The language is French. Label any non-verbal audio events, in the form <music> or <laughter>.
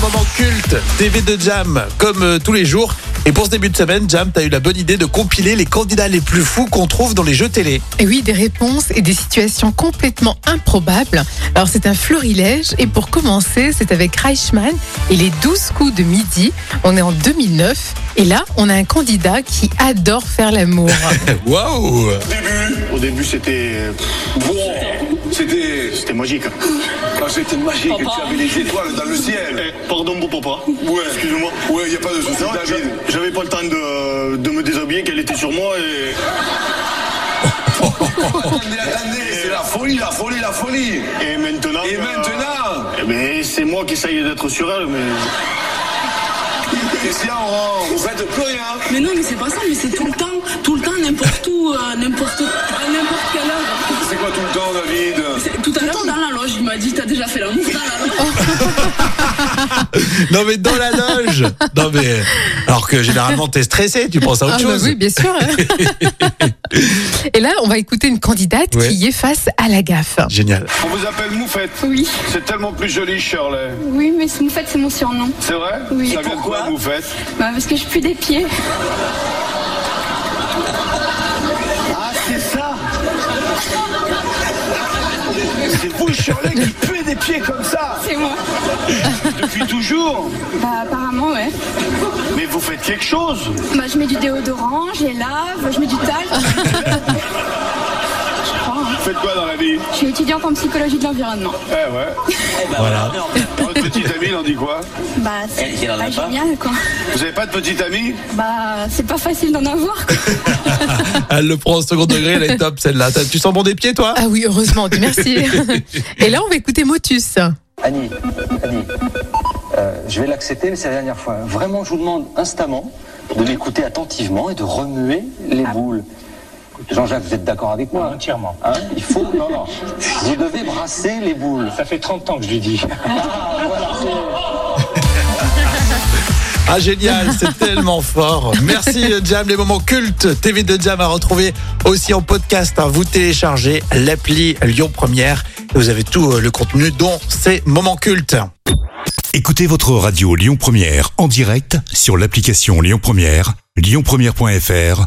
moments cultes TV de Jam, comme euh, tous les jours. Et pour ce début de semaine, Jam, t'as eu la bonne idée de compiler les candidats les plus fous qu'on trouve dans les jeux télé. Et oui, des réponses et des situations complètement improbables. Alors c'est un florilège et pour commencer, c'est avec Reichmann et les 12 coups de midi. On est en 2009 et là, on a un candidat qui adore faire <laughs> l'amour. Waouh Au début, c'était. euh, Bon, c'était. C'était magique. Quand c'était magique, tu avais les étoiles dans le ciel. Eh, Pardon, mon papa. Ouais. Excuse-moi. Ouais, y a pas de souci, Non, David. j'a- J'avais pas le temps de, de me déshabiller, qu'elle était sur moi et. Mais attendez, c'est la folie, la folie, la folie. Et maintenant. Et euh, maintenant, eh ben, c'est moi qui essaye d'être sur elle, mais. Christian, on- vous faites plus rien. Mais non, mais c'est pas ça, mais c'est tout le temps, tout le temps, n'importe où, euh, n'importe, à n'importe quelle heure. C'est quoi tout le temps, David C'est- Tout à l'heure, dans la loge, il m'a dit, t'as déjà fait l'amour dans la loge. Non mais dans la loge Non mais... Alors que généralement t'es stressé, tu penses à autre Ah bah chose. oui, bien sûr. hein. <laughs> et là, on va écouter une candidate Ouais. qui est face à la gaffe. Génial. On vous appelle Moufette. Oui. C'est tellement plus joli, Shirley. Oui, mais c'est- en fait, c'est mon surnom. C'est vrai Oui. Ça Et vient de quoi, pourquoi Moufette Bah, parce que je pue des pieds. <laughs> Ah, c'est ça C'est vous, Shirley, qui puez des pieds comme ça C'est moi. depuis toujours Bah, apparemment, ouais. Mais vous faites quelque chose Bah, je mets du déodorant, je les lave, je mets du talc. je crois. hein. Vous faites quoi dans la vie Je suis étudiante en psychologie de l'environnement. Eh ouais. Voilà. Votre petite amie, il en dit quoi Bah, c'est pas génial, quoi. Vous avez pas de petite amie Bah, c'est pas facile d'en avoir, quoi. Elle le prend au second degré, elle est top celle-là. T'as- Tu sens bon des pieds toi Ah oui, heureusement, on dit merci. <laughs> et là, on va écouter Motus. Annie, Annie, euh, je vais l'accepter, mais c'est la dernière fois. Vraiment, je vous demande instamment de m'écouter attentivement et de remuer les boules. Jean-Jacques, vous êtes d'accord avec moi Ah. Entièrement. Il faut. Non, <laughs> non. Vous devez brasser les boules. Ça fait 30 ans que je lui dis. Ah, voilà. Ah génial, c'est tellement fort. Merci euh, Jam, les moments cultes TV de Jam à retrouver aussi en podcast. hein. Vous téléchargez l'appli Lyon Première et vous avez tout euh, le contenu dont ces moments cultes. Écoutez votre radio Lyon Première en direct sur l'application Lyon Première, lyonpremière.fr